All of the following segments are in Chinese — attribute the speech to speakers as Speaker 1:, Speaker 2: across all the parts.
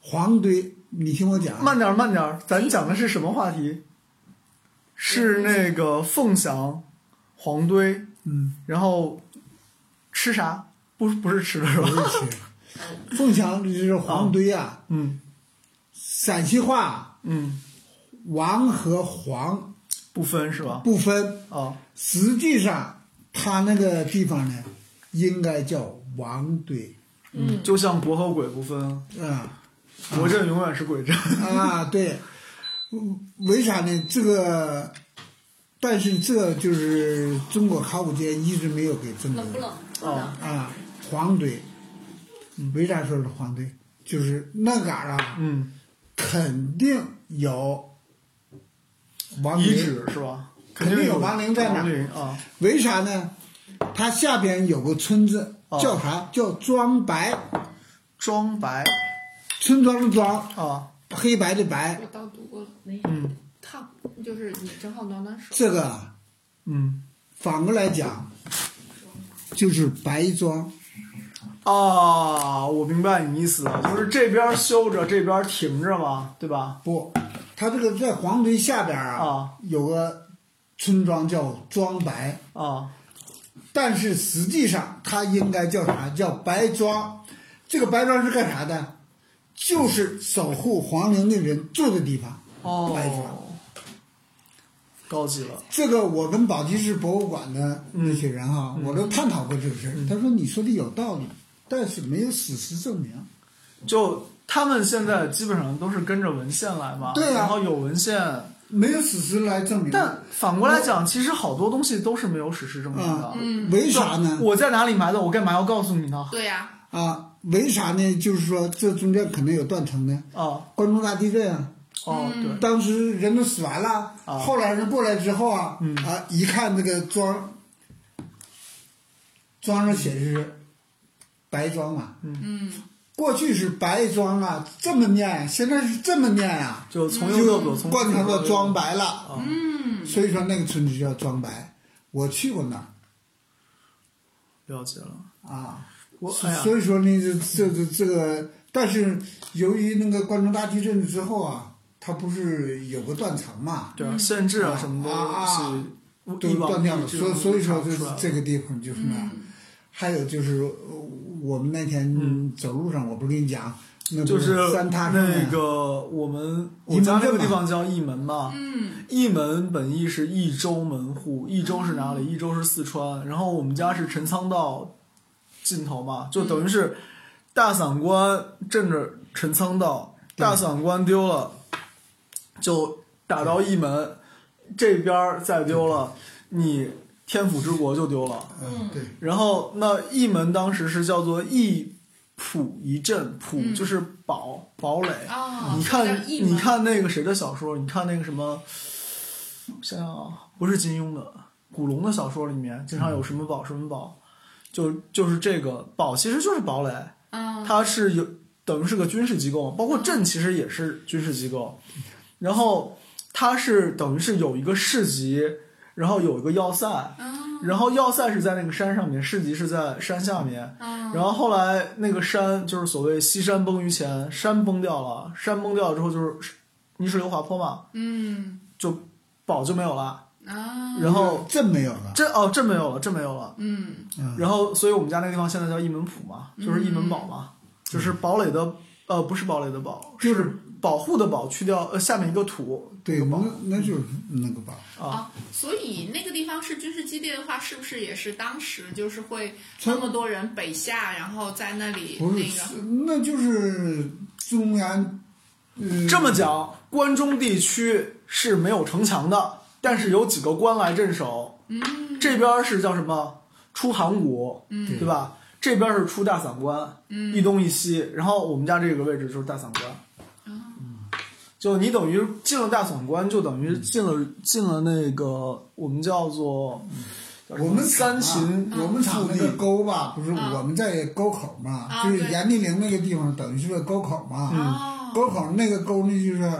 Speaker 1: 黄堆，你听我讲，
Speaker 2: 慢点儿慢点儿，咱讲的是什么话题？是那个凤翔黄堆，
Speaker 1: 嗯，
Speaker 2: 然后吃啥？不不是吃的是吧？
Speaker 1: 我也是。凤翔就是黄堆啊，
Speaker 2: 嗯
Speaker 1: 陕西话
Speaker 2: 嗯，
Speaker 1: 王和黄
Speaker 2: 不分是吧？
Speaker 1: 不分，
Speaker 2: 啊，
Speaker 1: 实际上它那个地方呢，应该叫王堆
Speaker 2: 嗯，就像国和鬼不分，
Speaker 1: 啊
Speaker 2: 国阵永远是鬼阵。
Speaker 1: 啊，对，为啥呢？这个，但是这就是中国考古界一直没有给证
Speaker 3: 冷
Speaker 1: 明
Speaker 3: 不冷？不
Speaker 2: 哦
Speaker 3: 冷。
Speaker 1: 啊，黄堆，为啥说是黄堆？就是那嘎儿啊，
Speaker 2: 嗯，
Speaker 1: 肯定有王
Speaker 2: 遗
Speaker 1: 陵，
Speaker 2: 址是吧？
Speaker 1: 肯
Speaker 2: 定
Speaker 1: 定有王嗯陵在那儿
Speaker 2: 王陵啊，
Speaker 1: 为啥呢？它下边有个村子
Speaker 2: 哦
Speaker 1: 叫啥？叫庄白，
Speaker 2: 庄白
Speaker 1: 村庄的庄，
Speaker 2: 啊，
Speaker 1: 黑白的白。
Speaker 3: 我倒读过了，
Speaker 4: 没有
Speaker 2: 嗯
Speaker 3: 烫就是你正好暖暖手。
Speaker 1: 这个啊
Speaker 2: 嗯
Speaker 1: 反过来讲，就是白庄。
Speaker 2: 啊，我明白你意思了，就是这边修着，这边停着嘛，对吧？
Speaker 1: 不，它这个在黄堆下边啊，
Speaker 2: 啊
Speaker 1: 有个村庄叫庄白，
Speaker 2: 啊，
Speaker 1: 但是实际上它应该叫啥？叫白庄。这个白庄是干啥的？就是守护皇陵的人住的地方。白庄。
Speaker 2: 哦，高级了，
Speaker 1: 这个我跟宝鸡市博物馆的那些人哈，我都探讨过这个事儿。他说你说的有道理，但是没有史实证明。
Speaker 2: 就他们现在基本上都是跟着文献来嘛，
Speaker 1: 对啊
Speaker 2: 然后有文献。
Speaker 1: 没有史实来证明。
Speaker 2: 但反过来讲，其实好多东西都是没有史实证明的。
Speaker 1: 啊，为啥呢？
Speaker 2: 我在哪里埋的，我干嘛要告诉你呢？
Speaker 3: 对呀、
Speaker 1: 啊，为啥呢？就是说这中间可能有断层呢。
Speaker 2: 啊，
Speaker 1: 关中大地震啊，
Speaker 2: 哦，对，
Speaker 1: 当时人都死完了，
Speaker 2: 啊
Speaker 1: 后来人过来之后啊，
Speaker 2: 嗯
Speaker 1: 啊，一看这个庄，庄上写的是白庄嘛，
Speaker 3: 嗯，
Speaker 1: 过去是白庄啊，这么念，现在是这么念啊，
Speaker 2: 就从右哦到左，
Speaker 1: 就
Speaker 2: 从
Speaker 1: 贯成了庄
Speaker 2: 白。
Speaker 1: 白了。嗯，所以说那个村子叫庄白，我去过那儿
Speaker 2: 了解了，
Speaker 1: 啊。
Speaker 2: 我
Speaker 1: 所
Speaker 2: 哎呀，
Speaker 1: 所以说呢，这这这这个，但是由于那个关中大地震之后啊，它不是有个断层嘛，
Speaker 2: 对啊，限制啊，什么
Speaker 1: 嗯啊啊
Speaker 2: 都是
Speaker 1: 都
Speaker 2: 以往
Speaker 1: 断掉了，
Speaker 2: 这
Speaker 1: 所
Speaker 2: 种
Speaker 1: 以所以说
Speaker 2: 查
Speaker 1: 这
Speaker 2: 出来了嗯
Speaker 1: 这个地方就是那样。还有就是呃我们那天走路上，我不是跟你讲，那
Speaker 2: 嗯就
Speaker 1: 不
Speaker 2: 是
Speaker 1: 三塔上
Speaker 2: 那
Speaker 1: 面
Speaker 2: 个我们
Speaker 1: 一
Speaker 2: 我家那
Speaker 1: 门
Speaker 2: 个
Speaker 1: 镇
Speaker 2: 地
Speaker 1: 嘛
Speaker 2: 方叫义门嘛，
Speaker 3: 嗯，
Speaker 2: 义门本意是益州门户，益州是哪里？益州是四川，然后我们家是陈仓道尽头嘛，就等于是大散关镇着陈仓道，大散关丢了，就打到义门这边儿再丢了，你天府之国就丢了。
Speaker 1: 嗯，对，
Speaker 2: 然后那义门当时是叫做义浦一镇，浦
Speaker 3: 嗯
Speaker 2: 就是堡堡垒。
Speaker 3: 啊，
Speaker 2: 你
Speaker 3: 叫
Speaker 2: 看，
Speaker 3: 一门
Speaker 2: 你，看那个谁的小说，你看那个什么，我想想啊，不是金庸的，古龙的小说里面经常有什么堡什么堡，就就是这个堡其实就是堡垒，
Speaker 3: 嗯，
Speaker 2: 它是有等于是个军事机构，包括镇其实也是军事机构，然后它是等于是有一个市集，然后有一个要塞，
Speaker 3: 嗯
Speaker 2: 然后要塞是在那个山上面，市集是在山下面，
Speaker 3: 嗯
Speaker 1: 啊
Speaker 2: 然后后来那个山就是所谓西山崩于前，山崩掉了，山崩掉了之后就是泥石流滑坡嘛，
Speaker 3: 嗯
Speaker 2: 就堡就没有了。
Speaker 1: 嗯
Speaker 3: 啊，
Speaker 2: 然后
Speaker 1: 这没有了，
Speaker 2: 这哦，这没有了，这没有了。
Speaker 3: 嗯
Speaker 1: 嗯
Speaker 2: 然后所以我们家那个地方现在叫一门堡嘛，就是一门堡嘛，就是堡垒的呃不是堡垒的堡，
Speaker 1: 就是
Speaker 2: 是保护的保，去掉呃下面一个土
Speaker 1: 对，那那就是那个吧，
Speaker 2: 啊。
Speaker 3: 啊，所以那个地方是军事基地的话，是不是也是当时就是会
Speaker 1: 村
Speaker 3: 那么多人北下，然后在那里
Speaker 1: 不
Speaker 3: 那
Speaker 1: 是
Speaker 3: 个，，
Speaker 1: 那就是中原，呃
Speaker 2: 这么讲，关中地区是没有城墙的，但是有几个关来镇守。
Speaker 3: 嗯
Speaker 2: 这边是叫什么？出函谷，
Speaker 3: 嗯
Speaker 2: 对吧？这边是出大散关，
Speaker 3: 嗯
Speaker 2: 一东一西。然后我们家这个位置就是大散关，
Speaker 3: 啊
Speaker 2: 就你等于进了大散关，就等于进了进了那个我们叫做叫什么
Speaker 1: 我们
Speaker 2: 三秦
Speaker 1: 秦，我们厂
Speaker 2: 腹
Speaker 1: 那
Speaker 2: 地
Speaker 1: 个沟吧，不是
Speaker 3: 啊
Speaker 1: 我们在沟口嘛，
Speaker 3: 啊
Speaker 1: 就是
Speaker 3: 对
Speaker 1: 严立陵那个地方，等于是个沟口嘛。
Speaker 3: 哦
Speaker 1: 沟口那个沟呢，就是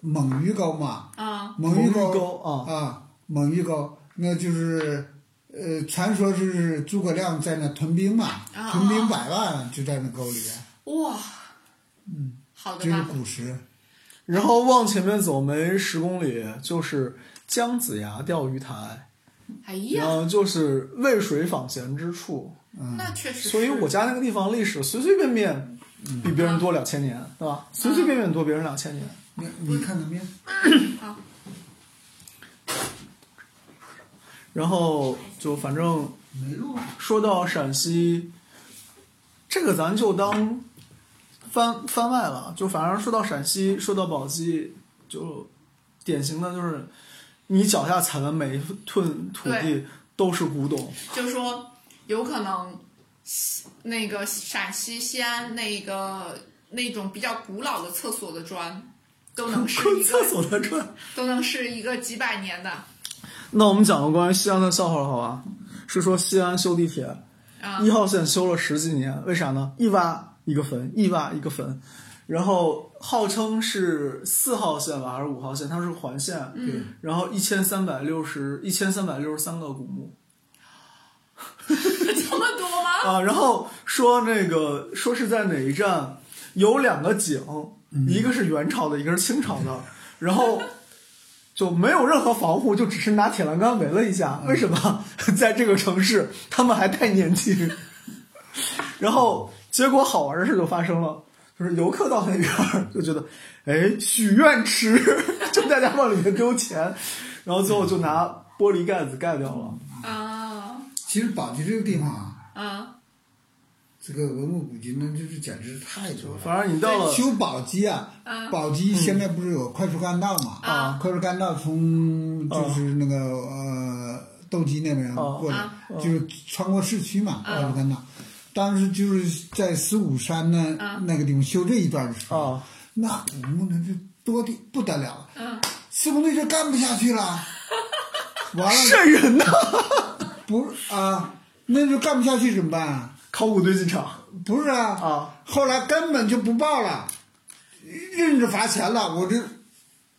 Speaker 1: 猛鱼沟嘛，
Speaker 3: 啊
Speaker 1: 猛鱼
Speaker 2: 沟
Speaker 1: 沟
Speaker 2: 啊，
Speaker 1: 啊，猛鱼沟，那就是呃，传说是诸葛亮在那屯兵嘛，
Speaker 3: 啊
Speaker 1: 屯兵百万就在那沟里边。
Speaker 2: 嗯
Speaker 3: 哇，好的
Speaker 1: 这是
Speaker 3: 吧？
Speaker 1: 古时，
Speaker 2: 然后往前面走没十公里就是姜子牙钓鱼台，
Speaker 3: 哎
Speaker 2: 然
Speaker 3: 呀，
Speaker 2: 后就是渭水访贤之处，
Speaker 1: 嗯
Speaker 3: 那确实是。
Speaker 2: 所以我家那个地方历史随随便便比别人多两千年，对吧？随随便便多别人两千年。
Speaker 1: 你你看怎么样？
Speaker 3: 好，
Speaker 2: 然后就反正
Speaker 1: 没录啊。
Speaker 2: 说到陕西，这个咱就当番番外了。就反正说到陕西，说到宝鸡，就典型的就是你脚下踩的每一寸土地
Speaker 3: 对
Speaker 2: 都是古董。
Speaker 3: 就是说有可能西那个陕西西安那个那种比较古老的厕所的砖，都能 是
Speaker 2: 关
Speaker 3: 一
Speaker 2: 厕
Speaker 3: 个
Speaker 2: 所的砖。
Speaker 3: 都能是一个几百年的
Speaker 2: 那我们讲个关于西安的笑话，好吧？是说西安修地铁，
Speaker 3: 啊
Speaker 2: 一号线修了十几年，为啥呢？一挖一个坟，一挖一个坟。然后号称是四号线吧，还是五号线？它是环线，对。然后一千三百六十一千三百六十三个古墓
Speaker 3: 这么多吗？
Speaker 2: 啊，然后说那个说是在哪一站有两个井，一个是元朝的，一个是清朝的，然后就没有任何防护，就只是拿铁栏杆围了一下。为什么 在这个城市他们还太年轻？然后结果好玩的事就发生了，就是游客到那边儿就觉得，哎，许愿池， 就大家往里面丢钱，然后最后就拿玻璃盖子盖掉了。
Speaker 3: 啊
Speaker 1: 其实宝鸡这个地方啊，
Speaker 3: 啊，
Speaker 1: 这个文物古迹那就是简直太多了。
Speaker 2: 反正你
Speaker 3: 呃
Speaker 2: 到了
Speaker 1: 修宝鸡啊，宝鸡现在不是有快速干道嘛？
Speaker 2: 啊
Speaker 1: 快速干道从就是那个呃斗鸡那边
Speaker 2: 啊
Speaker 1: 过来
Speaker 3: 哦啊，哦
Speaker 1: 就是穿过市区嘛，快速干道。当时就是在十五山呢
Speaker 3: 啊哦
Speaker 1: 那个地方修这一段的时候
Speaker 2: 啊，
Speaker 1: 那古墓那就多的不得了了，
Speaker 3: 嗯，
Speaker 1: 施工队就干不下去 了，完了
Speaker 2: 瘆人呐，
Speaker 1: 不是啊，那就干不下去怎么办啊？
Speaker 2: 考古队进场。
Speaker 1: 不是啊，
Speaker 2: 啊
Speaker 1: 后来根本就不报了，认着罚钱了，我这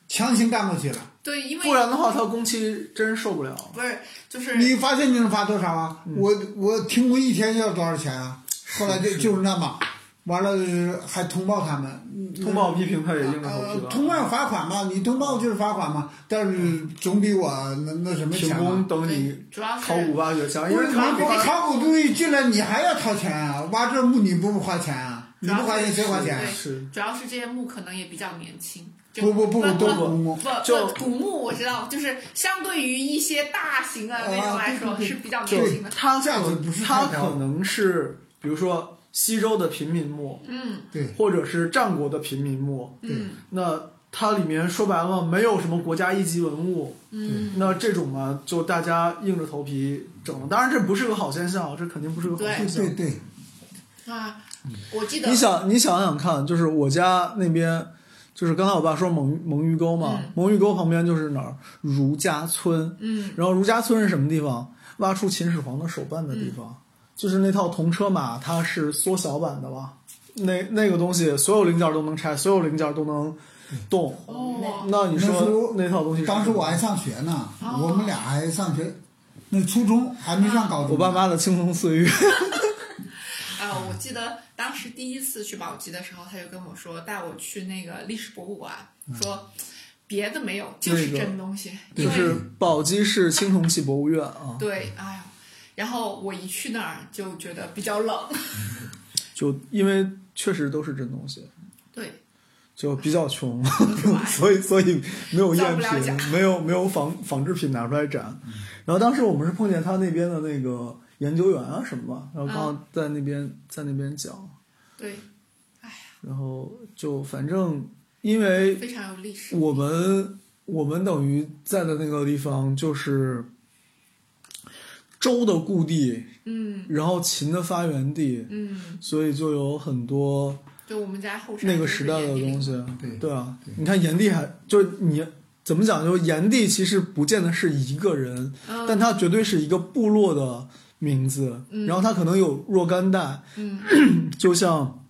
Speaker 1: 强行干过去了。
Speaker 3: 对，因为
Speaker 2: 不然的话，他工期真受不了。
Speaker 3: 不是就是
Speaker 1: 你发现你能罚多少啊？
Speaker 2: 嗯
Speaker 1: 我我停工一天要多少钱啊？后来就是就是那么，完了就是还通报他们，
Speaker 2: 嗯通报批评他也硬着头
Speaker 1: 呃
Speaker 2: 皮，了。
Speaker 1: 通报罚款嘛，你通报就是罚款嘛，但是总比我那那什么
Speaker 2: 停
Speaker 1: 强
Speaker 2: 工
Speaker 1: 啊。
Speaker 2: 等
Speaker 3: 对
Speaker 2: 你
Speaker 3: 主要是
Speaker 2: 考古挖掘强，因
Speaker 1: 不
Speaker 2: 为
Speaker 1: 是
Speaker 2: 考
Speaker 1: 考
Speaker 2: 古
Speaker 1: 古
Speaker 2: 挖
Speaker 1: 考古队进来，你还要掏钱啊？挖这墓你不花钱啊？你
Speaker 3: 主要
Speaker 1: 不花钱
Speaker 3: 是
Speaker 1: 谁花钱啊？
Speaker 3: 对
Speaker 2: 是
Speaker 3: 主要是这些墓可能也比较年轻。就
Speaker 1: 不不不
Speaker 3: 不
Speaker 1: 不都
Speaker 3: 不
Speaker 1: 古墓
Speaker 3: 不不
Speaker 2: 就
Speaker 3: 古墓我知道，就是相对于一些大型的那种
Speaker 1: 啊
Speaker 3: 来说
Speaker 1: 对对对
Speaker 3: 是比较
Speaker 2: 就
Speaker 3: 年轻的。
Speaker 2: 他
Speaker 1: 价
Speaker 2: 可
Speaker 1: 值不是
Speaker 2: 他
Speaker 1: 太高
Speaker 2: 可能是，比如说西周的平民墓，
Speaker 3: 嗯
Speaker 1: 对
Speaker 2: 或者是战国的平民墓，
Speaker 3: 嗯
Speaker 2: 那它里面说白了没有什么国家一级文物，
Speaker 3: 嗯，
Speaker 2: 那这种嘛，就大家硬着头皮整了。当然，这不是个好现象，这肯定不是个好现
Speaker 1: 对对。
Speaker 2: 象
Speaker 1: 对。
Speaker 3: 啊，我记得
Speaker 2: 你想，你想想看，就是我家那边，就是刚才我爸说蒙蒙鱼沟嘛，
Speaker 3: 嗯
Speaker 2: 蒙鱼沟旁边就是哪儿如家村，
Speaker 3: 嗯，
Speaker 2: 然后如家村是什么地方？挖出秦始皇的手办的地
Speaker 3: 嗯
Speaker 2: 方，就是那套铜车马，它是缩小版的吧？那那个东西，所有零件都能拆，所有零件都能动。
Speaker 3: 哦
Speaker 2: 那你
Speaker 1: 那时候
Speaker 2: 说那套东西是什么？
Speaker 1: 当时我还上学呢，
Speaker 3: 哦
Speaker 1: 我们俩还上学，那初中还没上高中。
Speaker 2: 哦我爸妈的青葱岁 月，
Speaker 3: 啊，我记得当时第一次去宝鸡的时候，他就跟我说带我去那个历史博物馆，说别的没有，就是
Speaker 2: 那嗯个
Speaker 3: 真东西，
Speaker 1: 对
Speaker 2: 就
Speaker 3: 因为
Speaker 2: 是宝鸡市青铜器博物院啊，
Speaker 3: 对，哎呦，然后我一去那儿就觉得比较冷，
Speaker 2: 就因为确实都是真东西。
Speaker 3: 对，
Speaker 2: 就比较穷，
Speaker 3: 吧
Speaker 2: 所以所以没有
Speaker 3: 嗯造
Speaker 2: 赝
Speaker 3: 不了假嗯
Speaker 2: 品，没有没有仿仿制品拿出来展。然后当时我们是碰见他那边的那个研究员啊什么吧，然后刚好在那边、在那边讲，
Speaker 3: 对，
Speaker 2: 然后就反正因为
Speaker 3: 非常有历史。
Speaker 2: 我们我们等于在的那个地方就是周的故地，
Speaker 3: 嗯
Speaker 2: 然后秦的发源地，
Speaker 3: 嗯，
Speaker 2: 所以就有很多
Speaker 3: 对，我们家后山
Speaker 2: 那
Speaker 3: 就
Speaker 2: 个
Speaker 3: 是
Speaker 2: 时代的
Speaker 3: 炎帝陵
Speaker 2: 东西，
Speaker 1: 对
Speaker 2: 对啊，你看炎帝还就是你怎么讲，就是炎帝其实不见得是一个人，
Speaker 3: 嗯
Speaker 2: 但他绝对是一个部落的名字，然后他可能有若干代，
Speaker 3: 嗯
Speaker 2: 就像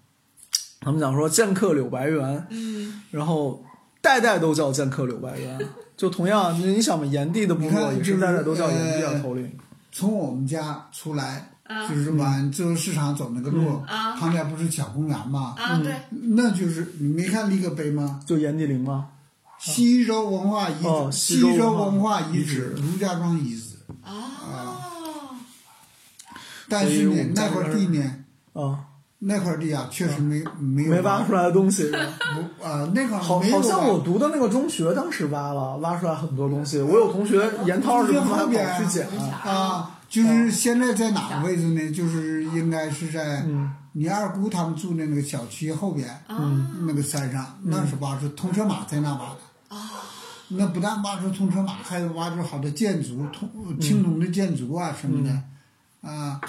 Speaker 2: 咱们讲说剑客柳白猿，
Speaker 3: 嗯，
Speaker 2: 然后代代都叫剑客柳白 猿，就同样你想嘛，炎帝的部
Speaker 1: 你
Speaker 2: 落
Speaker 1: 看
Speaker 2: 也
Speaker 1: 就是是
Speaker 2: 代代都叫炎帝啊
Speaker 1: 呃
Speaker 2: 头领，
Speaker 1: 从我们家出来，
Speaker 3: 啊
Speaker 1: 就是
Speaker 2: 嗯
Speaker 1: 往自由市场走那个路，
Speaker 3: 啊
Speaker 1: 旁边不是小公园吗？
Speaker 3: 啊，对，
Speaker 1: 那就是你没看立个碑吗？
Speaker 2: 就炎帝陵吗？
Speaker 1: 西周文化遗址，
Speaker 2: 啊哦
Speaker 1: 西
Speaker 2: 西周
Speaker 1: 周
Speaker 2: 文
Speaker 1: 文
Speaker 2: 化
Speaker 1: 化遗
Speaker 2: 遗址
Speaker 1: 址，卢家庄遗址。
Speaker 2: 嗯
Speaker 3: 哦，
Speaker 2: 啊
Speaker 1: 但是
Speaker 2: 所以我
Speaker 1: 呢
Speaker 2: 们，
Speaker 1: 那
Speaker 2: 家
Speaker 1: 块
Speaker 2: 这
Speaker 1: 地
Speaker 2: 边
Speaker 1: 呢，
Speaker 2: 啊，
Speaker 1: 那块地啊，确实没没有
Speaker 2: 没挖出来的东西。
Speaker 1: 不啊，那块儿
Speaker 2: 好，
Speaker 1: 没有
Speaker 2: 好像
Speaker 1: 挖
Speaker 2: 我读的那个中学，当时挖了，挖出来很多东西。我有同学研掏什
Speaker 1: 中学
Speaker 2: 么还跑
Speaker 1: 旁
Speaker 2: 去
Speaker 1: 边
Speaker 2: 捡
Speaker 3: 啊
Speaker 2: 啊。
Speaker 1: 啊，就是现在在哪个位置呢？就是应该是在
Speaker 2: 嗯
Speaker 1: 你二姑他们住的那个小区后边，
Speaker 3: 嗯，
Speaker 1: 那个山上，那是挖出通车马在那挖的。那不但挖出通车马，还挖出好多建筑，通呃青铜的建筑啊什么
Speaker 2: 嗯
Speaker 1: 的，啊，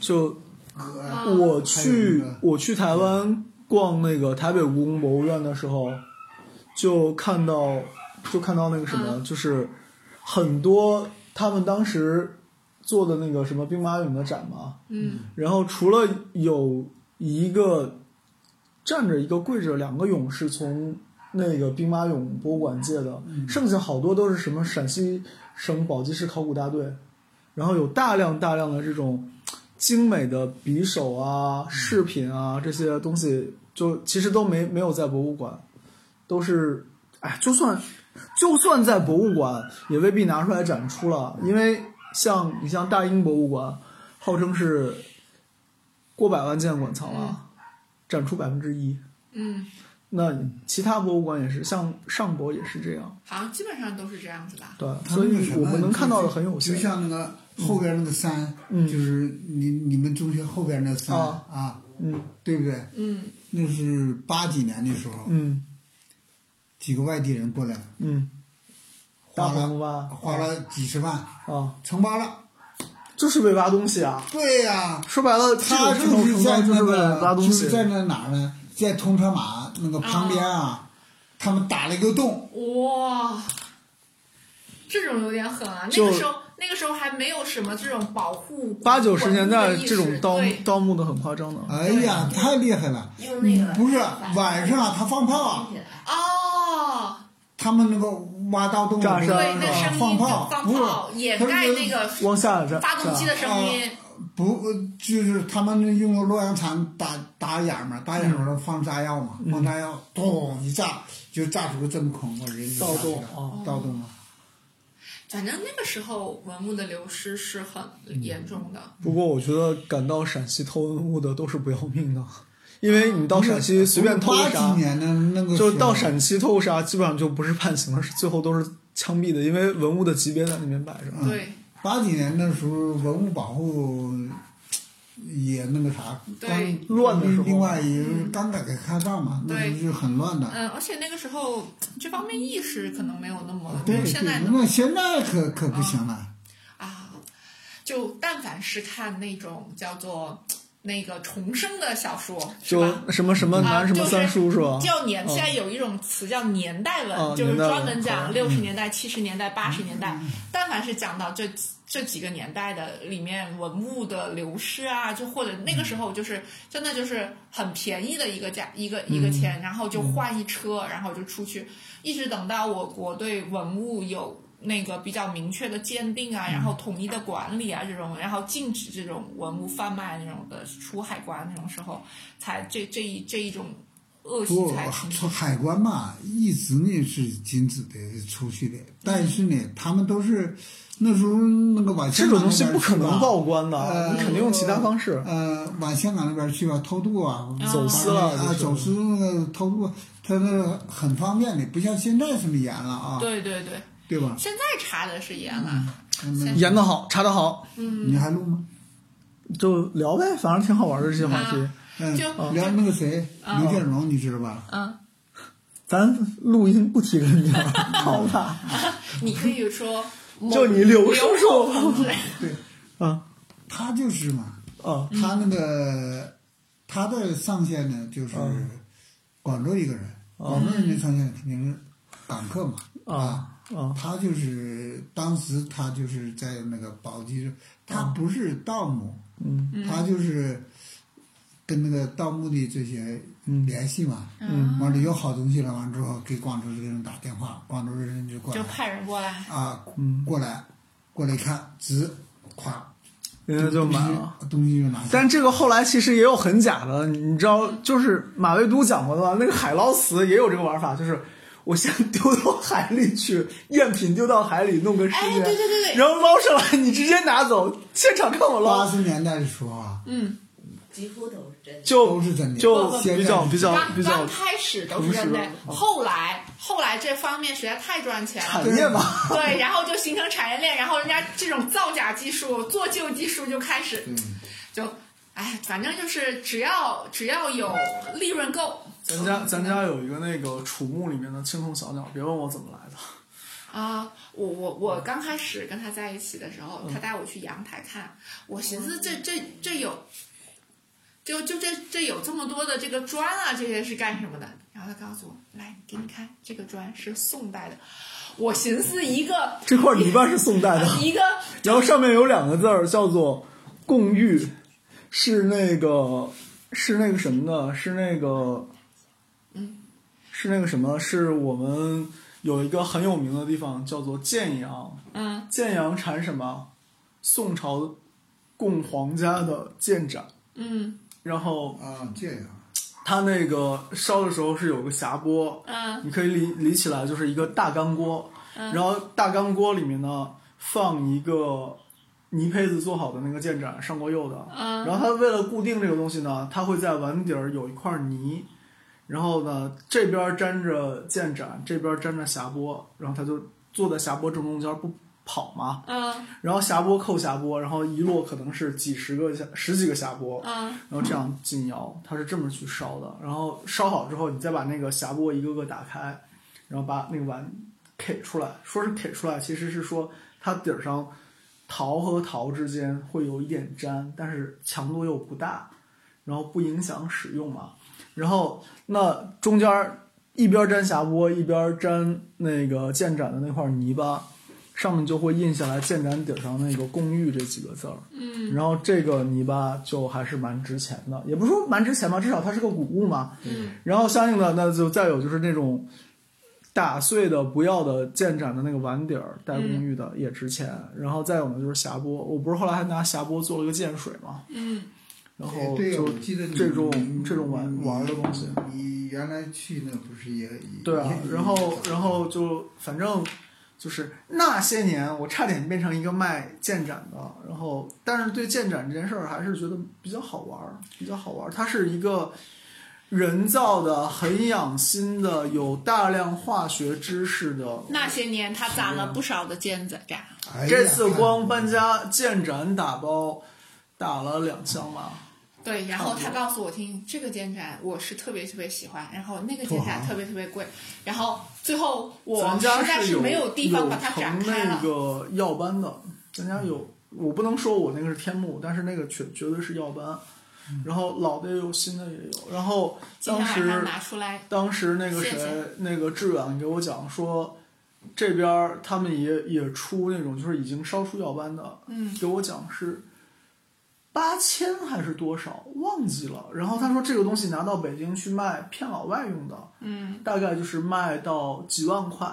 Speaker 2: 就
Speaker 1: 可
Speaker 3: 啊
Speaker 2: 我
Speaker 1: 还有
Speaker 2: 去
Speaker 1: 那个
Speaker 2: 我去台湾逛那个台北故宫博物院的时候，就看到就看到那个什么，
Speaker 1: 嗯
Speaker 2: 就是很多他们当时做的那个什么兵马俑的展嘛，
Speaker 3: 嗯，
Speaker 2: 然后除了有一个站着一个跪着两个俑是从那个兵马俑博物馆借的，剩下好多都是什么陕西省宝鸡市考古大队，然后有大量大量的这种精美的匕首啊、饰品啊这些东西，就其实都没没有在博物馆，都是哎，就算就算在博物馆，也未必拿出来展出了，因为像你像大英博物馆，号称是过百万件馆藏了，展出百分之一。
Speaker 3: 嗯，
Speaker 2: 那其他博物馆也是，像上博也是这样，
Speaker 3: 好像基本上都是这样子吧。
Speaker 2: 对，
Speaker 1: 他
Speaker 2: 所
Speaker 1: 们那
Speaker 2: 以
Speaker 1: 什
Speaker 2: 我
Speaker 1: 么
Speaker 2: 们能看到的很有
Speaker 1: 就
Speaker 2: 限。
Speaker 1: 像那个后边那个山，
Speaker 2: 嗯
Speaker 1: 就是你你们中学后边那山
Speaker 2: 啊
Speaker 1: 啊，
Speaker 2: 嗯
Speaker 1: 对不对？
Speaker 3: 嗯
Speaker 1: 那是八几年的时候，
Speaker 2: 嗯
Speaker 1: 几个外地人过来，
Speaker 2: 嗯，大
Speaker 1: 花
Speaker 2: 红
Speaker 1: 了
Speaker 2: 吧
Speaker 1: 花了几十万，
Speaker 2: 啊，
Speaker 1: 承包了。
Speaker 2: 就是为挖东西啊。
Speaker 1: 对呀、
Speaker 2: 说白了，
Speaker 1: 他
Speaker 2: 这
Speaker 1: 就
Speaker 2: 种
Speaker 1: 是
Speaker 2: 承
Speaker 1: 在
Speaker 2: 包就
Speaker 1: 那
Speaker 2: 是为了挖
Speaker 1: 个，
Speaker 2: 东
Speaker 1: 就
Speaker 2: 西
Speaker 1: 是。在那哪儿呢？在通车马那个旁边
Speaker 3: 哦
Speaker 1: 啊，他们打了一个洞，
Speaker 3: 哇，这种有点狠啊！那
Speaker 2: 就
Speaker 3: 个时候，那个时候还没有什么这种保护
Speaker 2: 八九十年代
Speaker 3: 文物的意
Speaker 2: 这
Speaker 3: 识
Speaker 2: 种盗
Speaker 3: 对
Speaker 2: 盗墓的很夸张的，
Speaker 1: 哎呀，太厉害了！
Speaker 4: 用那个
Speaker 1: 不是晚上啊，他放炮啊，
Speaker 3: 哦，
Speaker 1: 他们那个挖到洞
Speaker 2: 炸
Speaker 1: 不是
Speaker 2: 山
Speaker 3: 对，那
Speaker 2: 啊
Speaker 3: 声音
Speaker 1: 放炮，
Speaker 3: 放
Speaker 1: 不是
Speaker 3: 炮掩盖那个
Speaker 2: 往下站
Speaker 3: 发动机的声音。
Speaker 1: 不，呃就是他们用洛阳铲打打眼嘛，打眼
Speaker 2: 嗯
Speaker 1: 上放炸药嘛，放炸药，咚一炸就炸出个这么恐怖，人就
Speaker 2: 盗
Speaker 1: 下去
Speaker 2: 洞
Speaker 1: 了
Speaker 2: 哦
Speaker 1: 盗洞啊，
Speaker 3: 反正那个时候文物的流失是很严重的。
Speaker 2: 不过我觉得赶到陕西偷文物的都是不要命的，因为你到陕西随便偷
Speaker 1: 八
Speaker 2: 个
Speaker 1: 几
Speaker 2: 啥，
Speaker 1: 年的那个时候
Speaker 2: 就是到陕西偷个啥，基本上就不是判刑了，是最后都是枪毙的，因为文物的级别在那边摆着。
Speaker 3: 对，
Speaker 1: 八几年的时候，文物保护也那个啥，
Speaker 3: 对
Speaker 1: 刚
Speaker 2: 乱的时候嗯
Speaker 1: 另外也是刚改革开放嘛，那时候
Speaker 3: 对
Speaker 1: 就很乱的。
Speaker 3: 嗯，而且那个时候这方面意识可能没有那么
Speaker 1: 对，
Speaker 3: 现
Speaker 1: 对
Speaker 3: 在
Speaker 1: 那现在可可不行了。
Speaker 3: 啊，就但凡是看那种叫做那个重生的小说，是吧？
Speaker 2: 就什么什么男什么三叔是吧？
Speaker 3: 叫年，现在有一种词叫年代文，
Speaker 2: 哦
Speaker 3: 就是
Speaker 2: 年代文
Speaker 3: 专门讲
Speaker 2: 嗯
Speaker 3: 六十年代、七十年代、八十年代，但凡是讲到这这几个年代的里面文物的流失啊，就或者那个时候就是真的就是很便宜的一个价一个
Speaker 2: 嗯
Speaker 3: 一个钱，然后就换一车，然后就出去，一直等到我国对文物有。那个比较明确的鉴定
Speaker 2: 嗯
Speaker 3: 啊，然后统一的管理啊，这种，然后禁止这种文物贩卖那种的出海关那种时候，才这这一这一种恶习
Speaker 1: 不
Speaker 3: 才停止
Speaker 1: 从海关嘛，一直呢是禁止的出去的，
Speaker 2: 嗯
Speaker 1: 但是呢，他们都是那时候那个往
Speaker 2: 这
Speaker 1: 香港
Speaker 2: 种
Speaker 1: 那
Speaker 2: 东西
Speaker 1: 边
Speaker 2: 不可
Speaker 1: 去吧
Speaker 2: 能报关的，
Speaker 1: 呃
Speaker 2: 你肯定用其他方式。
Speaker 1: 呃，往香港那边去吧，偷渡啊，
Speaker 2: 走私了
Speaker 1: 啊，
Speaker 2: 就是
Speaker 1: 走私那个偷渡，它那个很方便的，不像现在这么严了啊，
Speaker 3: 对对对，
Speaker 1: 对吧？
Speaker 3: 现在查的是严了。
Speaker 1: 嗯
Speaker 2: 演的好，查的好，
Speaker 1: 你还录吗？
Speaker 2: 就聊呗，反正挺好玩的这些话题
Speaker 3: 啊。
Speaker 1: 嗯
Speaker 3: 就，
Speaker 1: 聊那个谁，
Speaker 2: 啊
Speaker 1: 刘建荣，你知道吧？
Speaker 3: 嗯，
Speaker 2: 咱录音不提这个名儿，好吧？
Speaker 3: 你可以说
Speaker 2: 就你刘叔
Speaker 3: 某
Speaker 2: 叔
Speaker 3: 同志
Speaker 1: 对，
Speaker 2: 啊
Speaker 1: 他就是嘛，
Speaker 2: 啊
Speaker 1: 他那个他的上线呢，就是
Speaker 2: 嗯
Speaker 1: 广州一个人，广州人的上线肯定是港客嘛，
Speaker 2: 啊啊！
Speaker 1: 他就是当时他就是在那个宝鸡，他不是盗墓，
Speaker 2: 嗯
Speaker 1: 他就是跟那个盗墓的这些
Speaker 2: 嗯
Speaker 1: 联系嘛，
Speaker 2: 嗯
Speaker 1: 完了有好东西了，完之后给广州这个人打电话，广州人就过
Speaker 3: 就
Speaker 1: 来
Speaker 3: 派人过来，
Speaker 1: 啊
Speaker 2: 嗯，
Speaker 1: 过来过来看，值，夸，
Speaker 2: 人家就买了。，
Speaker 1: 东西就拿走。
Speaker 2: 但这个后来其实也有很假的，你知道，就是马未都讲过的那个海捞词也有这个玩法，就是我先丢到海里去，赝品丢到海里弄个十
Speaker 3: 哎
Speaker 2: 元，
Speaker 3: 对对对对
Speaker 2: 然后捞上来你直接拿走，现场看我
Speaker 1: 八
Speaker 2: 捞，
Speaker 1: 十年代的时候啊，
Speaker 3: 嗯，
Speaker 4: 几乎都是真的。
Speaker 2: 就
Speaker 1: 都是真的
Speaker 2: 就
Speaker 1: 不不
Speaker 2: 比较
Speaker 1: 不
Speaker 2: 比较
Speaker 3: 刚
Speaker 2: 比较
Speaker 3: 刚开始都是认
Speaker 2: 朴
Speaker 3: 为
Speaker 2: 实，哦
Speaker 3: 后来后来这方面实在太赚钱了
Speaker 2: 产。业吧，
Speaker 3: 对，然后就形成产业链，然后人家这种造假技术、做旧技术就开始，就，哎，反正就是只要只要有利润够，
Speaker 2: 咱家咱家有一个那个楚墓里面的青铜小鸟，别问我怎么来的，
Speaker 3: 啊、我我我刚开始跟他在一起的时候，他带我去阳台看，我寻思这这这有，就就这这有这么多的这个砖啊，这些是干什么的？然后他告诉我，来给你看，这个砖是宋代的。我寻思一个
Speaker 2: 这块泥巴是宋代的，
Speaker 3: 一个
Speaker 2: 然后上面有两个字儿叫做“共浴”，是那个是那个什么呢？是那个，
Speaker 3: 嗯，
Speaker 2: 是那个什么？是我们有一个很有名的地方叫做建阳，
Speaker 3: 嗯
Speaker 2: 建阳产什么？宋朝供皇家的建盏，
Speaker 3: 嗯
Speaker 2: 然后
Speaker 1: 啊，这样
Speaker 2: 它那个烧的时候是有个匣钵，
Speaker 3: 嗯
Speaker 2: 你可以理理起来就是一个大钢锅，
Speaker 3: 嗯
Speaker 2: 然后大钢锅里面呢放一个泥胚子做好的那个建盏，上过釉的。
Speaker 3: 嗯
Speaker 2: 然后它为了固定这个东西呢，它会在碗底儿有一块泥，然后呢这边粘着建盏，这边粘着匣钵，然后它就坐在匣钵正中间不跑嘛。
Speaker 3: 嗯
Speaker 2: 然后匣钵扣匣钵，然后一摞可能是几十个匣十几个匣钵，
Speaker 3: 嗯
Speaker 2: 然后这样进窑，它是这么去烧的。然后烧好之后，你再把那个匣钵一个个打开，然后把那个碗 K 出来。说是 K 出来，其实是说它底儿上陶和陶之间会有一点粘，但是强度又不大，然后不影响使用嘛。然后那中间儿一边粘匣钵，一边粘那个建盏的那块泥巴，上面就会印下来建盏底儿上那个“共浴”这几个字儿。
Speaker 3: 嗯
Speaker 2: 然后这个泥巴就还是蛮值钱的，也不是说蛮值钱吧，至少它是个古物嘛。
Speaker 3: 嗯
Speaker 2: 然后相应的，那就再有就是那种打碎的不要的建盏的那个碗底儿，带公寓的、也值钱。然后再有呢就是匣钵，我不是后来还拿匣钵做了个建水嘛，
Speaker 3: 嗯
Speaker 2: 然后
Speaker 1: 对，
Speaker 2: 就
Speaker 1: 我记得你
Speaker 2: 这种
Speaker 1: 你
Speaker 2: 这种玩玩的东西。
Speaker 1: 你原来去那不是也
Speaker 2: 对啊
Speaker 1: 也，
Speaker 2: 然后然后就反正就是那些年，我差点变成一个卖建盏的，然后但是对建盏这件事儿还是觉得比较好玩儿，比较好玩儿。它是一个人造的、很养心的、有大量化学知识的。
Speaker 3: 那些年他攒了不少的尖子呀，
Speaker 1: 哎呀
Speaker 2: 这次光搬家建盏打包打了两箱吧，
Speaker 3: 对，然后
Speaker 2: 差
Speaker 3: 他
Speaker 2: 不
Speaker 3: 告诉我听这个煎盏我是特别特别喜欢，然后那个煎
Speaker 1: 哇
Speaker 3: 盏特别特别贵，然后最后我
Speaker 2: 啊咱
Speaker 3: 实
Speaker 2: 家
Speaker 3: 在
Speaker 2: 有
Speaker 3: 没有地方把它展
Speaker 2: 成
Speaker 3: 开
Speaker 2: 那
Speaker 3: 了。
Speaker 2: 个耀班的，咱家有，我不能说我那个是天幕，但是那个绝绝对是耀班。然后老的也有，新的也有。然后
Speaker 3: 嗯今
Speaker 2: 当
Speaker 3: 天晚上
Speaker 2: 时
Speaker 3: 拿出来，
Speaker 2: 当时那个谁
Speaker 3: 谢谢
Speaker 2: 那个志远给我讲说，这边儿他们也也出那种就是已经烧出耀班的，
Speaker 3: 嗯
Speaker 2: 给我讲是八千还是多少忘记了。然后他说这个东西拿到北京去卖骗老外用的，
Speaker 3: 嗯
Speaker 2: 大概就是卖到几万块，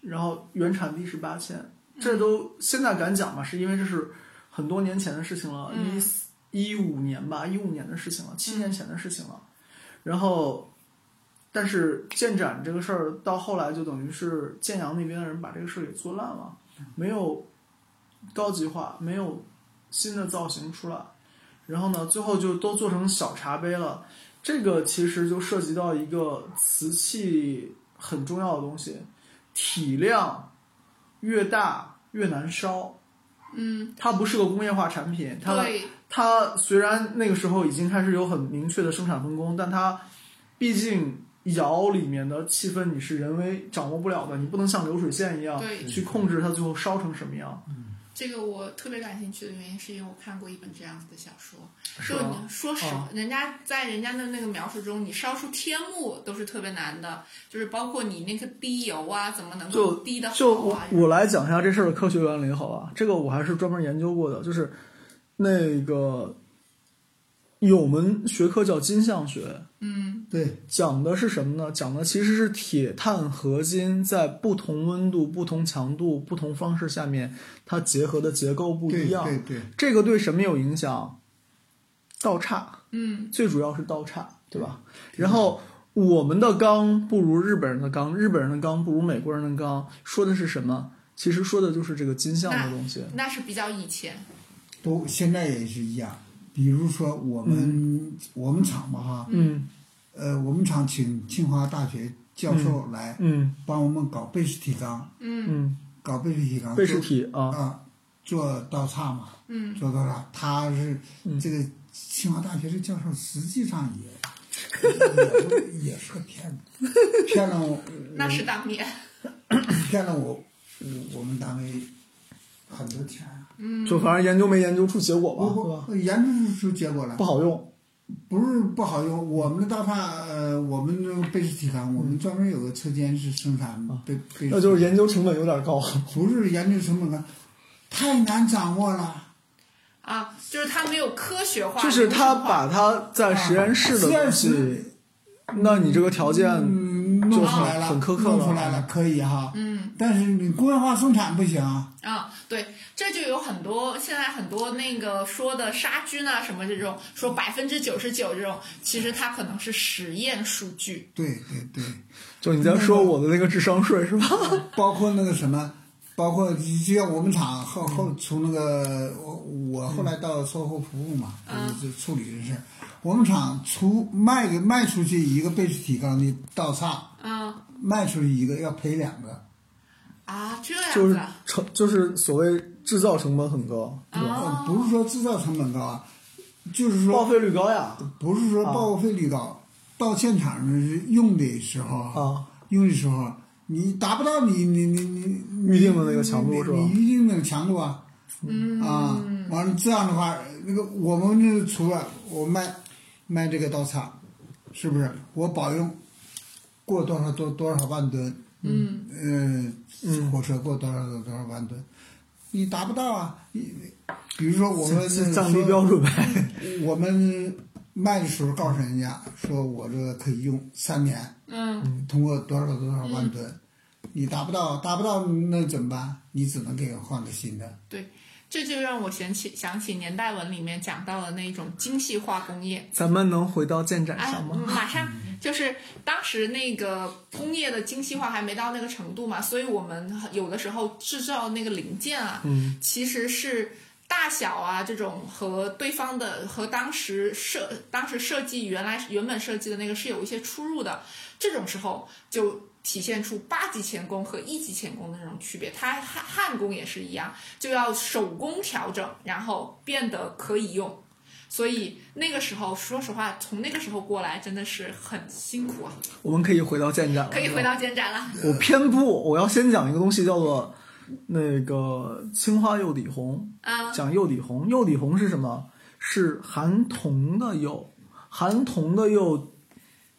Speaker 2: 然后原产地是八千，这都现在敢讲嘛，是因为这是很多年前的事情了，
Speaker 3: 嗯
Speaker 2: 一一五年吧，一五年的事情了，七年前的事情了。然后，但是建展这个事儿到后来就等于是建阳那边的人把这个事儿给做烂了，没有高级化，没有新的造型出来，然后呢，最后就都做成小茶杯了。这个其实就涉及到一个瓷器很重要的东西，体量越大越难烧。
Speaker 3: 嗯，
Speaker 2: 它不是个工业化产品，它
Speaker 3: 对，
Speaker 2: 它虽然那个时候已经开始有很明确的生产分工，但它毕竟窑里面的气氛你是人为掌握不了的，你不能像流水线一样
Speaker 3: 对
Speaker 2: 去控制它最后烧成什么样。
Speaker 3: 这个我特别感兴趣的原因，是因为我看过一本这样子的小说，
Speaker 2: 是
Speaker 3: 就
Speaker 2: 吧
Speaker 3: 你说实
Speaker 2: 啊，
Speaker 3: 人家在人家的那个描述中，你烧出天幕都是特别难的，就是包括你那个滴油啊，怎么能够
Speaker 2: 就
Speaker 3: 滴的
Speaker 2: 就
Speaker 3: 好
Speaker 2: 我
Speaker 3: 啊？
Speaker 2: 我来讲一下这事儿的科学原理，好吧？这个我还是专门研究过的，就是那个有门学科叫金相学，
Speaker 3: 嗯
Speaker 1: 对，
Speaker 2: 讲的是什么呢？讲的其实是铁、碳、合金在不同温度、不同强度、不同方式下面，它结合的结构不
Speaker 1: 对
Speaker 2: 一样。
Speaker 1: 对对，
Speaker 2: 这个对什么有影响？倒差，
Speaker 3: 嗯
Speaker 2: 最主要是倒差，对吧？然后我们的钢不如日本人的钢，日本人的钢不如美国人的钢，说的是什么？其实说的就是这个金相的东西。
Speaker 3: 那是比较以前，
Speaker 1: 都现在也是一样。比如说我们、我们厂吧哈，
Speaker 2: 嗯
Speaker 1: 呃，我们厂请清华大学教授来
Speaker 2: 嗯
Speaker 1: 帮我们搞贝氏体钢，
Speaker 3: 嗯
Speaker 2: 嗯，
Speaker 1: 搞贝氏体钢，
Speaker 2: 贝氏体
Speaker 1: 做
Speaker 2: 啊，
Speaker 1: 啊，做刀叉嘛，
Speaker 3: 嗯，
Speaker 1: 做刀叉，他是
Speaker 2: 嗯
Speaker 1: 这个清华大学的教授，实际上也。 也是也是个骗子，骗了我，
Speaker 2: 嗯
Speaker 3: 那是当年，
Speaker 1: 骗了我，我我们单位很多钱啊。
Speaker 2: 就反正研究没研究出结果吧，对
Speaker 1: 不
Speaker 2: 吧？
Speaker 1: 不，研制出结果来
Speaker 2: 不，好用。
Speaker 1: 不是不好用。我们的刀叉，呃，我们那个贝氏体钢，我们专门有个车间是生产贝贝氏体钢，
Speaker 2: 嗯啊那就是研究成本有点高。
Speaker 1: 不是研制成本高，太难掌握了。
Speaker 3: 啊，就是它没有科学化，
Speaker 2: 就是他
Speaker 3: 流程化
Speaker 2: 把他
Speaker 3: 嗯
Speaker 2: 在实验室的
Speaker 1: 实
Speaker 2: 东
Speaker 1: 验
Speaker 2: 西
Speaker 1: 室，
Speaker 2: 那你这个条件，
Speaker 1: 嗯，弄出来了，
Speaker 2: 很苛刻了
Speaker 1: 弄出来了，可以哈。
Speaker 3: 嗯。
Speaker 1: 但是你工业化生产不行啊，
Speaker 3: 啊，对，这就有很多现在很多那个说的杀菌啊什么这种，说百分之九十九这种，其实它可能是实验数据。
Speaker 1: 对对对，
Speaker 2: 就你在说我的那个智商税是吧？
Speaker 3: 嗯
Speaker 1: 包括那个什么，包括就像我们厂后
Speaker 2: 嗯
Speaker 1: 后从那个我我后来到售后服务嘛，
Speaker 2: 嗯
Speaker 1: 就是处理这事儿。我们厂出卖给卖出去一个贝氏体钢的道岔，
Speaker 3: 嗯
Speaker 1: 卖出去一个要赔两个，
Speaker 3: 啊，这样
Speaker 2: 就是
Speaker 3: 子啊，
Speaker 2: 成，就是所谓制造成本很高，
Speaker 1: 呃
Speaker 3: 哦，
Speaker 1: 不是说制造成本高啊，就是
Speaker 2: 报
Speaker 1: 说
Speaker 2: 哦废率高呀。
Speaker 1: 不是说报废率高，到现场用的时候
Speaker 2: 啊，
Speaker 1: 用的时候你达不到你你你你
Speaker 2: 预定的那个强度
Speaker 1: 你
Speaker 2: 是吧
Speaker 1: 你预定的强度啊，
Speaker 3: 嗯
Speaker 1: 啊，完了这样的话，那个我们这除了我卖卖这个刀叉，是不是我保用过多少多多少万吨？
Speaker 3: 嗯
Speaker 1: 呃，火车过多少多少万吨？你达不到啊！你比如说我们
Speaker 2: 降低标准呗。
Speaker 1: 我们卖的时候告诉人家说，我这个可以用三年，
Speaker 3: 嗯
Speaker 1: 通过多少多少万吨，你达不到，达不到那怎么办？你只能给我换个新的。
Speaker 3: 对，这就让我想起想起年代文里面讲到的那种精细化工业。
Speaker 2: 咱们能回到建展
Speaker 3: 哎
Speaker 2: 上，吗？
Speaker 3: 马上就是当时那个工业的精细化还没到那个程度嘛，所以我们有的时候制造那个零件啊，
Speaker 2: 嗯，
Speaker 3: 其实是大小啊这种和对方的和当时设当时设计原来原本设计的那个是有一些出入的，这种时候就体现出八级钳工和一级钳工的那种区别。它焊焊工也是一样，就要手工调整，然后变得可以用。所以那个时候，说实话，从那个时候过来真的是很辛苦啊。
Speaker 2: 我们可以回到建展了。
Speaker 3: 可以回到监展了，
Speaker 2: 我偏不，我要先讲一个东西，叫做那个青花釉底红。
Speaker 3: 啊
Speaker 2: 讲釉底红，釉底红是什么？是含铜的釉，含铜的釉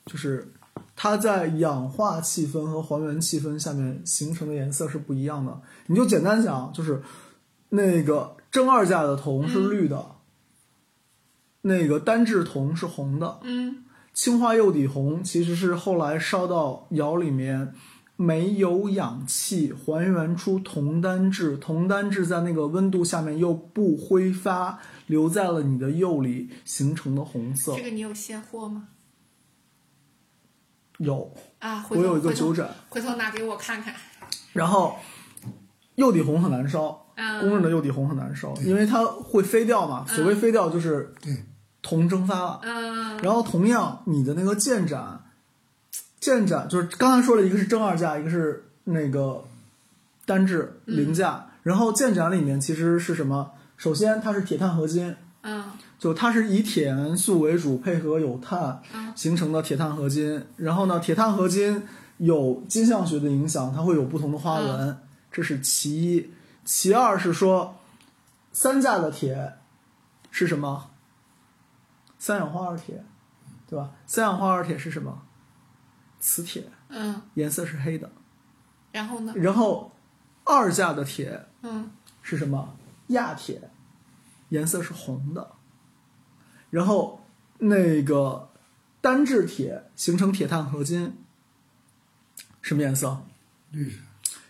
Speaker 2: 就是它在氧化气氛和还原气氛下面形成的颜色是不一样的。你就简单讲，就是那个正二价的铜是绿的，那个单质铜是红的，
Speaker 3: 嗯
Speaker 2: 青花釉底红其实是后来烧到窑里面，没有氧气，还原出铜单质。铜单质在那个温度下面又不挥发，留在了你的釉里形成的红色
Speaker 3: 这。个你有现货吗？
Speaker 2: 有，
Speaker 3: 啊，回
Speaker 2: 我
Speaker 3: 头
Speaker 2: 有一个
Speaker 3: 回头
Speaker 2: 九盏。
Speaker 3: 回头拿给我看看。
Speaker 2: 然后釉底红很难烧，
Speaker 3: 嗯
Speaker 2: 公认的釉底红很难烧，因为它会飞掉嘛。所谓飞掉就是
Speaker 1: 对，
Speaker 2: 铜蒸发了。
Speaker 3: 嗯
Speaker 2: 然后同样，你的那个建盏，建盏就是刚才说了一个是正二价，一个是那个单质零价。然后建盏里面其实是什么？首先它是铁碳合金，
Speaker 3: 嗯
Speaker 2: 就它是以铁元素为主，配合有碳
Speaker 3: 嗯
Speaker 2: 形成的铁碳合金。然后呢，铁碳合金有金相学的影响，它会有不同的花纹，这是其一。其二是说，三价的铁是什么？三氧化二铁，对吧？三氧化二铁是什么？磁铁，
Speaker 3: 嗯，
Speaker 2: 颜色是黑的。
Speaker 3: 然后呢？
Speaker 2: 然后二价的铁
Speaker 3: 嗯
Speaker 2: 是什么？亚铁，颜色是红的。然后那个单质铁形成铁碳合金，什么颜色？
Speaker 1: 绿色，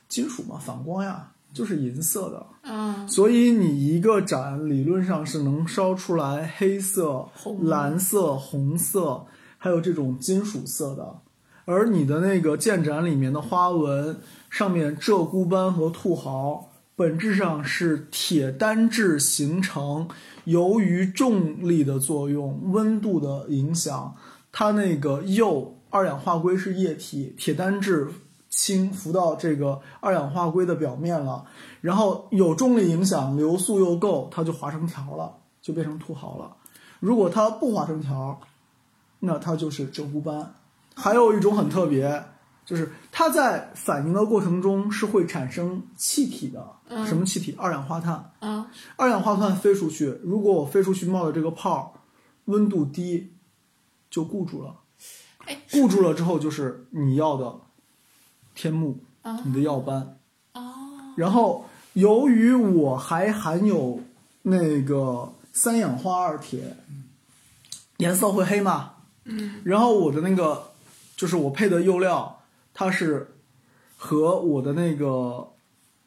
Speaker 2: 金属嘛，反光呀，就是银色的。
Speaker 3: 嗯，
Speaker 2: 所以你一个展理论上是能烧出来黑色、
Speaker 3: 红
Speaker 2: 蓝色、红色，还有这种金属色的。而你的那个建展里面的花纹上面鹧鸪斑和兔毫，本质上是铁单质形成，由于重力的作用、温度的影响，它那个铀二氧化硅是液体，铁单质氢浮到这个二氧化硅的表面了，然后有重力影响，流速又够，它就划成条了，就变成土豪了。如果它不划成条，那它就是鹧鸪斑。还有一种很特别，就是它在反应的过程中是会产生气体的，
Speaker 3: 嗯
Speaker 2: 什么气体？二氧化碳。
Speaker 3: 嗯
Speaker 2: 二氧化碳飞出去，如果我飞出去冒的这个泡，温度低，就固住了。
Speaker 3: 哎，
Speaker 2: 固住了之后就是你要的天幕，
Speaker 3: 啊
Speaker 2: 你的耀斑。
Speaker 3: 哦，
Speaker 2: 然后由于我还含有那个三氧化二铁，颜色会黑嘛。
Speaker 3: 嗯，
Speaker 2: 然后我的那个就是我配的釉料，它是和我的那个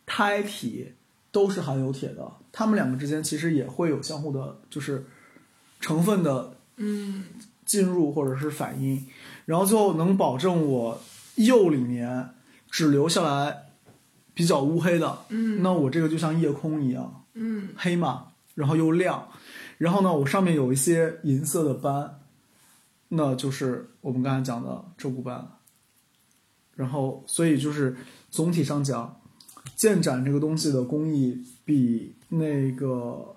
Speaker 2: 胎体都是含有铁的，它们两个之间其实也会有相互的，就是成分的
Speaker 3: 嗯
Speaker 2: 进入或者是反应，然后最后能保证我釉里面只留下来比较乌黑的，
Speaker 3: 嗯
Speaker 2: 那我这个就像夜空一样
Speaker 3: 嗯
Speaker 2: 黑嘛，然后又亮，然后呢，我上面有一些银色的斑，那就是我们刚才讲的鹧鸪斑，然后所以就是总体上讲，建盏这个东西的工艺比那个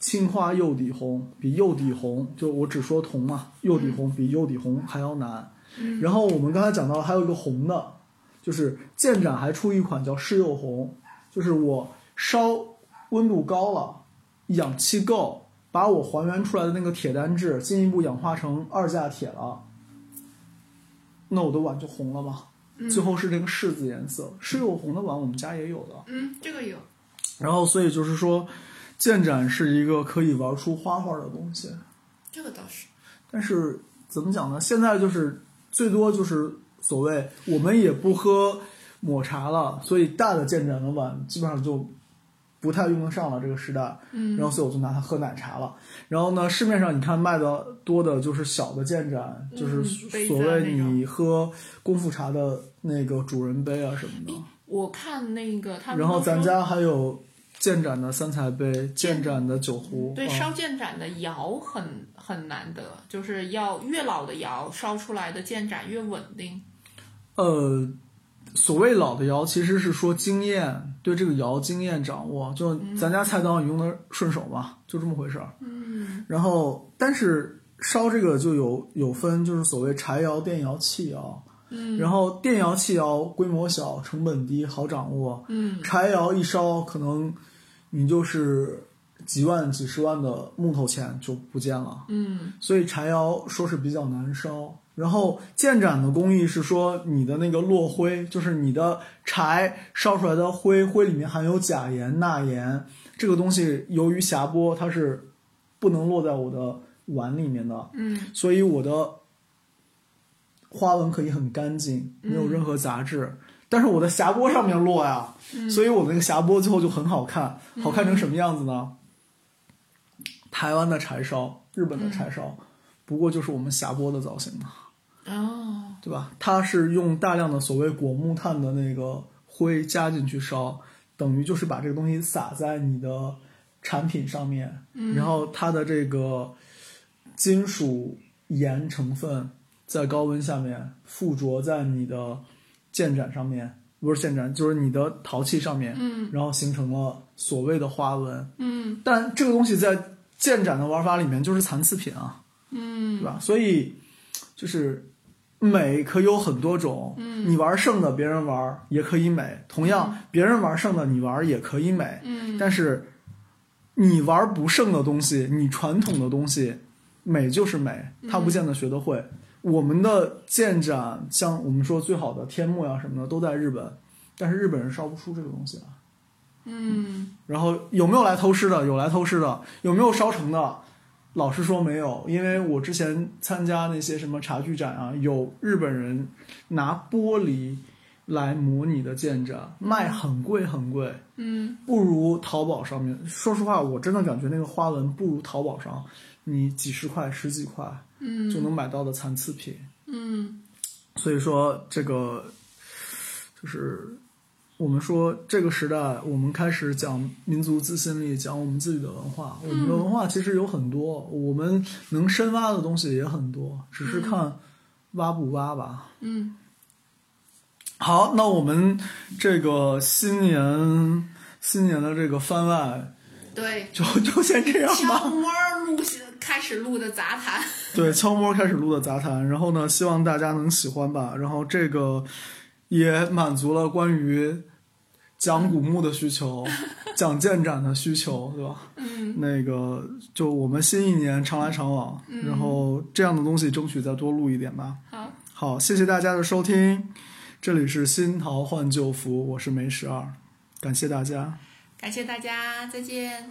Speaker 2: 青花釉底红比釉底红，就我只说铜嘛，釉
Speaker 3: 嗯
Speaker 2: 底红比釉底红还要难。然后我们刚才讲到了还有一个红的，就是建盏还出一款叫嗜釉红，就是我烧温度高了，氧气够，把我还原出来的那个铁单质进一步氧化成二价铁了，那我的碗就红了嘛。最后是这个柿子颜色，是有红的碗，我们家也有的。
Speaker 3: 嗯，这个有，
Speaker 2: 然后，所以就是说，建盏是一个可以玩出花花的东西。
Speaker 3: 这个倒是，
Speaker 2: 但是怎么讲呢？现在就是最多就是所谓我们也不喝抹茶了，所以大的建盏的碗基本上就不太用得上了这个时代。
Speaker 3: 嗯，
Speaker 2: 然后所以我就拿它喝奶茶了。然后呢，市面上你看卖的多的就是小的建盏，就是
Speaker 3: 嗯杯
Speaker 2: 所
Speaker 3: 子啊
Speaker 2: 谓
Speaker 3: 那种
Speaker 2: 你喝功夫茶的那个主人杯啊什么的。
Speaker 3: 我看那个他们
Speaker 2: 然后
Speaker 3: 都
Speaker 2: 咱
Speaker 3: 嗯说
Speaker 2: 家还有建盏的三彩杯、建盏的酒壶，
Speaker 3: 嗯对
Speaker 2: 啊
Speaker 3: 烧建盏的窑很很难得，就是要越老的窑烧出来的建盏越稳定。
Speaker 2: 呃，所谓老的窑，其实是说经验对这个窑经验掌握，就咱家菜刀你用的顺手嘛，就这么回事儿。
Speaker 3: 嗯
Speaker 2: 然后，但是烧这个就有有分，就是所谓柴窑、电窑、气窑。
Speaker 3: 嗯
Speaker 2: 然后电窑、气窑规模小，成本低，好掌握。
Speaker 3: 嗯
Speaker 2: 柴窑一烧，可能你就是几万、几十万的木头钱就不见了。
Speaker 3: 嗯
Speaker 2: 所以柴窑说是比较难烧。然后建盏的工艺是说你的那个落灰，就是你的柴烧出来的灰，灰里面含有钾盐、钠盐，这个东西由于霞波它是不能落在我的碗里面的，
Speaker 3: 嗯
Speaker 2: 所以我的花纹可以很干净，没有任何杂质。但是我的霞波上面落呀，所以我那个霞波最后就很好看，好看成什么样子呢？台湾的柴烧，日本的柴烧，不过就是我们霞波的造型嘛，
Speaker 3: 哦
Speaker 2: 对吧？它是用大量的所谓果木炭的那个灰加进去烧，等于就是把这个东西撒在你的产品上面，
Speaker 3: 嗯
Speaker 2: 然后它的这个金属盐成分在高温下面附着在你的建盏上面，不是建盏，就是你的陶器上面，
Speaker 3: 嗯
Speaker 2: 然后形成了所谓的花纹。
Speaker 3: 嗯
Speaker 2: 但这个东西在建盏的玩法里面就是残次品啊，
Speaker 3: 嗯
Speaker 2: 对吧？所以就是美可有很多种，
Speaker 3: 嗯
Speaker 2: 你玩剩的别人玩也可以美，同样别人玩剩的你玩也可以美，
Speaker 3: 嗯
Speaker 2: 但是你玩不剩的东西，你传统的东西，美就是美，
Speaker 3: 嗯
Speaker 2: 它不见得学得会。我们的建盏，像我们说最好的天幕呀、什么的，都在日本，但是日本人烧不出这个东西来。啊
Speaker 3: 嗯
Speaker 2: 然后有没有来偷师的？有来偷师的，有没有烧成的？老实说没有，因为我之前参加那些什么茶具展啊，有日本人拿玻璃来模拟的建盏，卖很贵很贵，
Speaker 3: 嗯，
Speaker 2: 不如淘宝上面。说实话，我真的感觉那个花纹不如淘宝上你几十块、十几块，嗯，就能买到的残次品，
Speaker 3: 嗯，
Speaker 2: 所以说这个就是我们说这个时代，我们开始讲民族自信力，讲我们自己的文化。我们的文化其实有很多，我们能深挖的东西也很多，只是看挖不挖吧。
Speaker 3: 嗯，
Speaker 2: 好，那我们这个新年新年的这个番外
Speaker 3: 对，
Speaker 2: 就就先这样吧。
Speaker 3: 敲摸录开始录的杂谈，
Speaker 2: 对，悄摸开始录的杂谈，然后呢，希望大家能喜欢吧。然后这个也满足了关于讲古墓的需求，讲建展的需求，对吧？嗯，那个就我们新一年常来常往，然后这样的东西争取再多录一点吧。
Speaker 3: 好，
Speaker 2: 好，谢谢大家的收听，这里是新桃换旧符，我是梅十二，感谢大家。
Speaker 3: 感谢大家，再见。